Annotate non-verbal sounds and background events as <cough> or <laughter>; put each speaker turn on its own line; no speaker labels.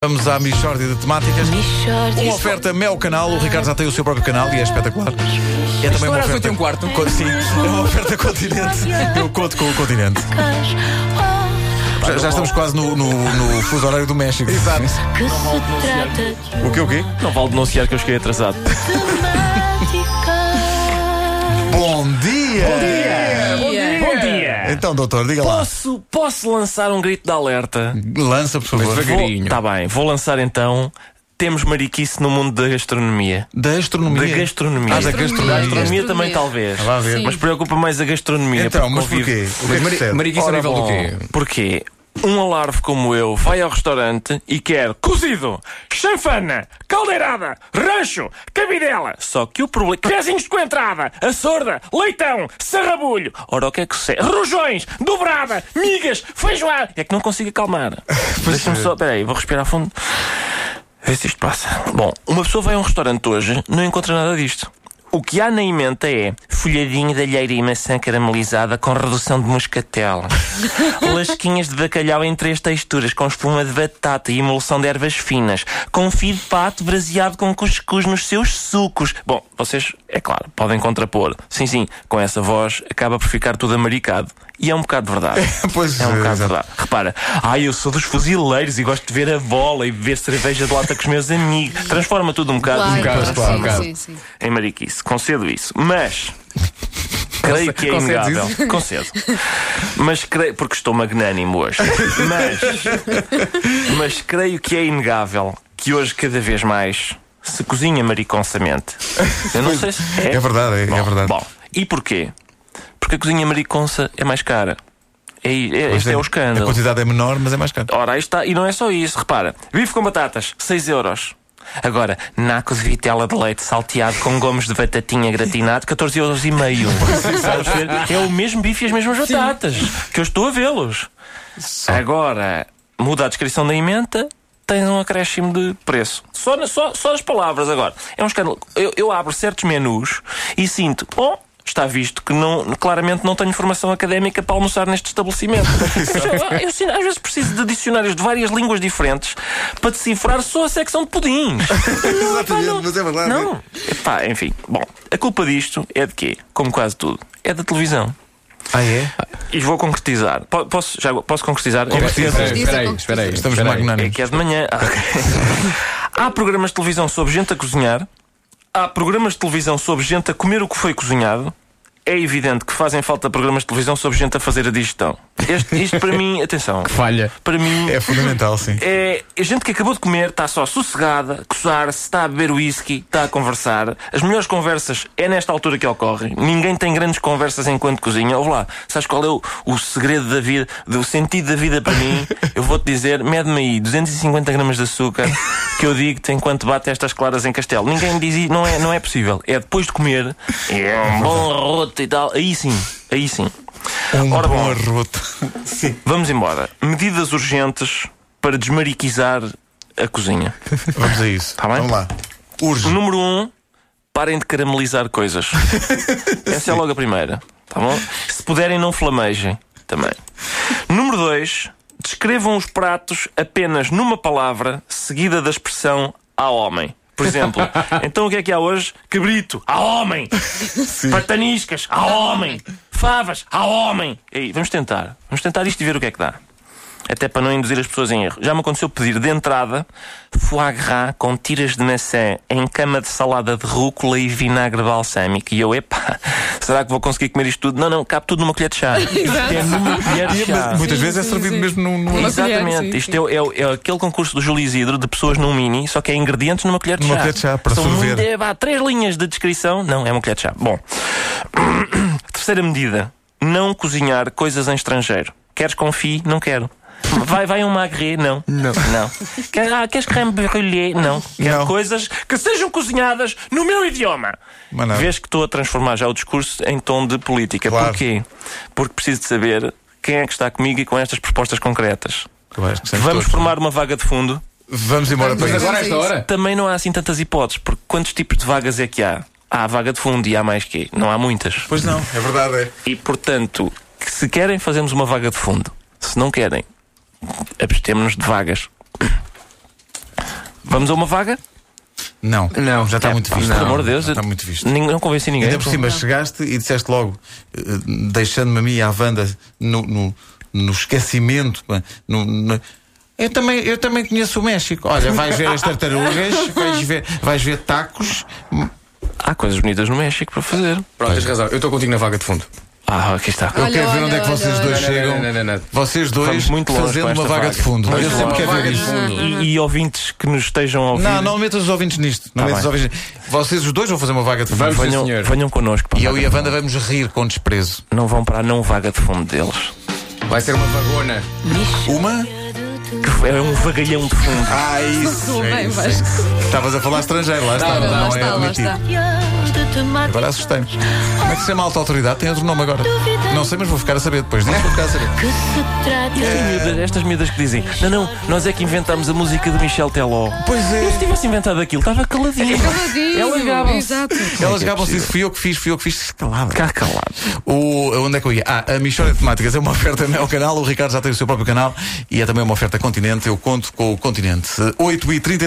Vamos à Michórdia de Temáticas. Uma oferta Mel Canal, o Ricardo já tem o seu próprio canal e é espetacular. É também uma
horas
oferta.
oito e um quarto?
Co- Sim, é uma oferta continente.
<laughs>
Eu conto com o continente. Já, já estamos quase no, no, no fuso horário do México. Exato.
Que se trata
O que o
<laughs>
quê?
Não vale denunciar que eu cheguei atrasado.
de temática.
Bom dia! É Bom dia!
Bom dia!
Então, doutor, diga lá.
Posso, posso lançar um grito de alerta?
Lança, por favor.
devagarinho.
Tá bem, vou lançar então. Temos mariquice no mundo da gastronomia.
Da astronomia.
Da gastronomia.
Ah, da gastronomia.
Da gastronomia também,
Gastronomia.
talvez.
Vá ver.
Mas preocupa mais a gastronomia.
Então,
porque
mas
convive-
porquê? O que é que
Mari-
sucede?
Mariquice a
Ora
nível do
bom,
quê?
Porquê? Um alarve como eu vai ao restaurante e quer cozido, chanfana, caldeirada, rancho, cabidela. Só que o problema. Pezinhos de coentrada, a sorda, leitão, sarrabulho. Ora, o que é que se Rojões, dobrada, migas, feijoada. É que não consigo
<laughs>
acalmar. Deixa-me
é.
só. Peraí, vou respirar fundo. Vê se isto passa. Bom, uma pessoa vai a um restaurante hoje, não encontra nada disto. O que há na emenda é folhadinho de alheira e maçã caramelizada com redução de moscatel. Lasquinhas de bacalhau em três texturas, com espuma de batata e emulsão de ervas finas. Confio de pato braseado com cuscuz nos seus sucos. Bom, vocês, é claro, podem contrapor. Sim, sim, com essa voz acaba por ficar tudo amaricado. E é um bocado verdade.
Pois,
é um bocado
exato.
verdade. Repara, ai, eu sou dos fuzileiros e gosto de ver a bola e beber cerveja de lata com os meus amigos. Transforma tudo um bocado, um bocado
pois, claro,
sim,
claro.
sim, sim.
em mariquice. Concedo isso.
<laughs>
Mas. Creio que é
concedes
inegável. Concedo. Mas creio. Porque estou magnânimo hoje.
<laughs>
Mas. Mas creio que é inegável que hoje, cada vez mais, se cozinha mariconçamente. Eu não sei se. É,
É verdade, é, é
Bom,
verdade.
Bom, e porquê? Porque a cozinha mariconça é mais cara. É, é,
Mas
este é, o
A
escândalo.
quantidade é menor, mas é mais caro.
Ora, aí está. E não é só isso, repara. Bife com batatas, 6 euros. Agora, naco de vitela de leite salteado com gomes de batatinha gratinado, 14 euros e meio. Sabes ver? É o mesmo bife e as mesmas batatas. Que eu estou a vê-los. Agora, muda a descrição da emenda, tens um acréscimo de preço. Só, na- só, só as palavras agora. É um escândalo. Eu, eu abro certos menus e sinto, bom, está visto que não, claramente não tenho formação académica para almoçar neste estabelecimento. Então, eu, eu sinto- às vezes preciso de dicionários de várias línguas diferentes para decifrar só a secção de pudins.
Exatamente, mas é verdade.
Não. Epá, enfim. Bom, a culpa disto é de quê? Como quase tudo. É da televisão.
Ah, é?
E vou concretizar. Po- Posso, já, posso concretizar?
Concretiza.
Espera aí, espera aí,
Diz a
espera aí.
Estamos
espera aí.
É
magnânimos.
que é de manhã. Ah, ok. <laughs> Há programas de televisão sobre gente a cozinhar. Há programas de televisão sobre gente a comer o que foi cozinhado. É evidente que fazem falta programas de televisão sobre gente a fazer a digestão. Este- isto para mim, atenção,
Falha.
para mim
É fundamental, sim.
é a gente que acabou de comer, está só sossegada, coçar-se, está a beber whisky, está a conversar. As melhores conversas é nesta altura que ocorrem. Ninguém tem grandes conversas enquanto cozinha. Ouve lá, sabes qual é o, o segredo da vida, do sentido da vida para mim? Eu vou-te dizer, mede-me aí 250 gramas de açúcar que eu digo-te enquanto bate estas claras em castelo. Ninguém diz isso, não é, não é possível. É depois de comer, é um bom roto e tal. Aí sim, aí sim.
Um
É. Ora,
bom
bom.
arroto. Sim.
Vamos embora. Medidas urgentes para desmariquizar a cozinha.
Vamos a isso.
Tá bem?
Vamos lá. Urge.
Número um, parem de caramelizar <laughs> coisas. Essa é logo a primeira. Tá bom? Se puderem, não flamejem também. Número dois, descrevam os pratos apenas numa palavra seguida da expressão a homem. Por <laughs> exemplo, então o que é que há hoje? Cabrito, a homem! Pataniscas, a homem! Favas, a homem! Ei, vamos tentar. Vamos tentar isto e ver o que é que dá. Até para não induzir as pessoas em erro. Já me aconteceu pedir de entrada foie gras com tiras de maçã em cama de salada de rúcula e vinagre balsâmico. E eu, epá, será que vou conseguir comer isto tudo? Não, não, cabe tudo numa colher de chá. Isto é numa colher de chá.
Muitas
Sim,
vezes é
sim,
servido
sim.
mesmo num. num-
Uma colher,
Exatamente,
sim,
isto é o- é, o- é aquele concurso do Júlio Isidro de pessoas num mini, só que é ingredientes numa colher de
Numa
chá.
colher de chá, para
São
sorver.
muito- é, vá, três linhas de descrição. Não, é uma colher de chá. Bom, <clears throat> terceira medida: não cozinhar coisas em estrangeiro. Queres confie? Não quero. Vai, vai um magre? Não. Não. não. Quer, ah, queres creme brûlée? Não. Quero
Não.
coisas que sejam cozinhadas no meu idioma.
Mas não.
Vês que estou a transformar já o discurso em tom de política.
Claro.
Porquê? Porque preciso de saber quem é que está comigo e com estas propostas concretas.
Eu acho que sempre
Vamos
todos. é?
formar uma vaga de fundo.
Vamos embora para
Mas
isso.
agora a esta hora?
Também não há assim tantas hipóteses, porque quantos tipos de vagas é que há? Há a vaga de fundo e há mais que não há muitas.
Pois não, é verdade. é.
E portanto, que se querem fazemos uma vaga de fundo. Se não querem, abstemos-nos de vagas. Vamos a uma vaga?
Não.
Não.
Já está
É,
muito
Pá,
visto.
Pelo amor de Deus.
Já está muito visto.
nin- Não convenci ninguém. é
Ainda por cima chegaste e disseste logo, eh, deixando-me a mim e à Wanda no, no, no esquecimento. pá, no- no- eu, também, eu também conheço o México. Olha, vais ver as
<laughs>
tartarugas, vais ver, vais ver tacos.
Há coisas bonitas no México para fazer.
Pronto, tens razão. Eu estou contigo na vaga de fundo.
Ah, aqui está.
Eu
Olha,
quero ver
olha,
onde é que
olha,
vocês
olha.
dois
Não, não,
chegam.
não, não, não, não.
Vocês dois
Vamos muito longe
fazendo
com
uma
esta
vaga,
vaga.
de fundo.
Vamos
eu
lá.
sempre quero
Vaga
ver
de
isso.
fundo.
E, e ouvintes que nos estejam a ouvir,
Não, não metas os ouvintes nisto. Não
Tá
metas os
bem.
ouvintes. Vocês os dois vão fazer uma vaga de fundo.
Vamos.
venham,
Sim, senhor.
venham connosco. para
E
a
eu
vaga
e a
de
Wanda vamos rir com desprezo.
fundo. Não vão para a não vaga de fundo deles.
Vai ser uma vagona.
Uma?
Que É um vagalhão de fundo.
Ah, isso.
Tudo
é
bem,
isso, é
Vasco.
isso. Estavas a falar estrangeiro, lá está,
Ora,
não,
lá
é
está, lá
admitido.
está.
Agora assustei-me. Como é que se chama a alta autoridade? Tem outro nome agora. Não sei, mas vou ficar a saber depois.
é
Não é? vou ficar a saber.
Que se trata
É.
Estas miúdas- Estas miúdas que dizem: Não, não, nós é que inventámos a música de Michel Teló.
Pois é.
Eu se tivesse inventado aquilo, estava caladinho. Elas
Caladinho,
gabam-se.
exato.
Elas gabam-se disso. Fui eu que fiz, fui eu que fiz. Calado.
Cá calado.
O, onde é que eu ia? Ah, a Michória de Temáticas é uma oferta ao canal. O Ricardo já tem o seu próprio canal. E é também uma oferta continente. Eu conto com o continente. 8 e 30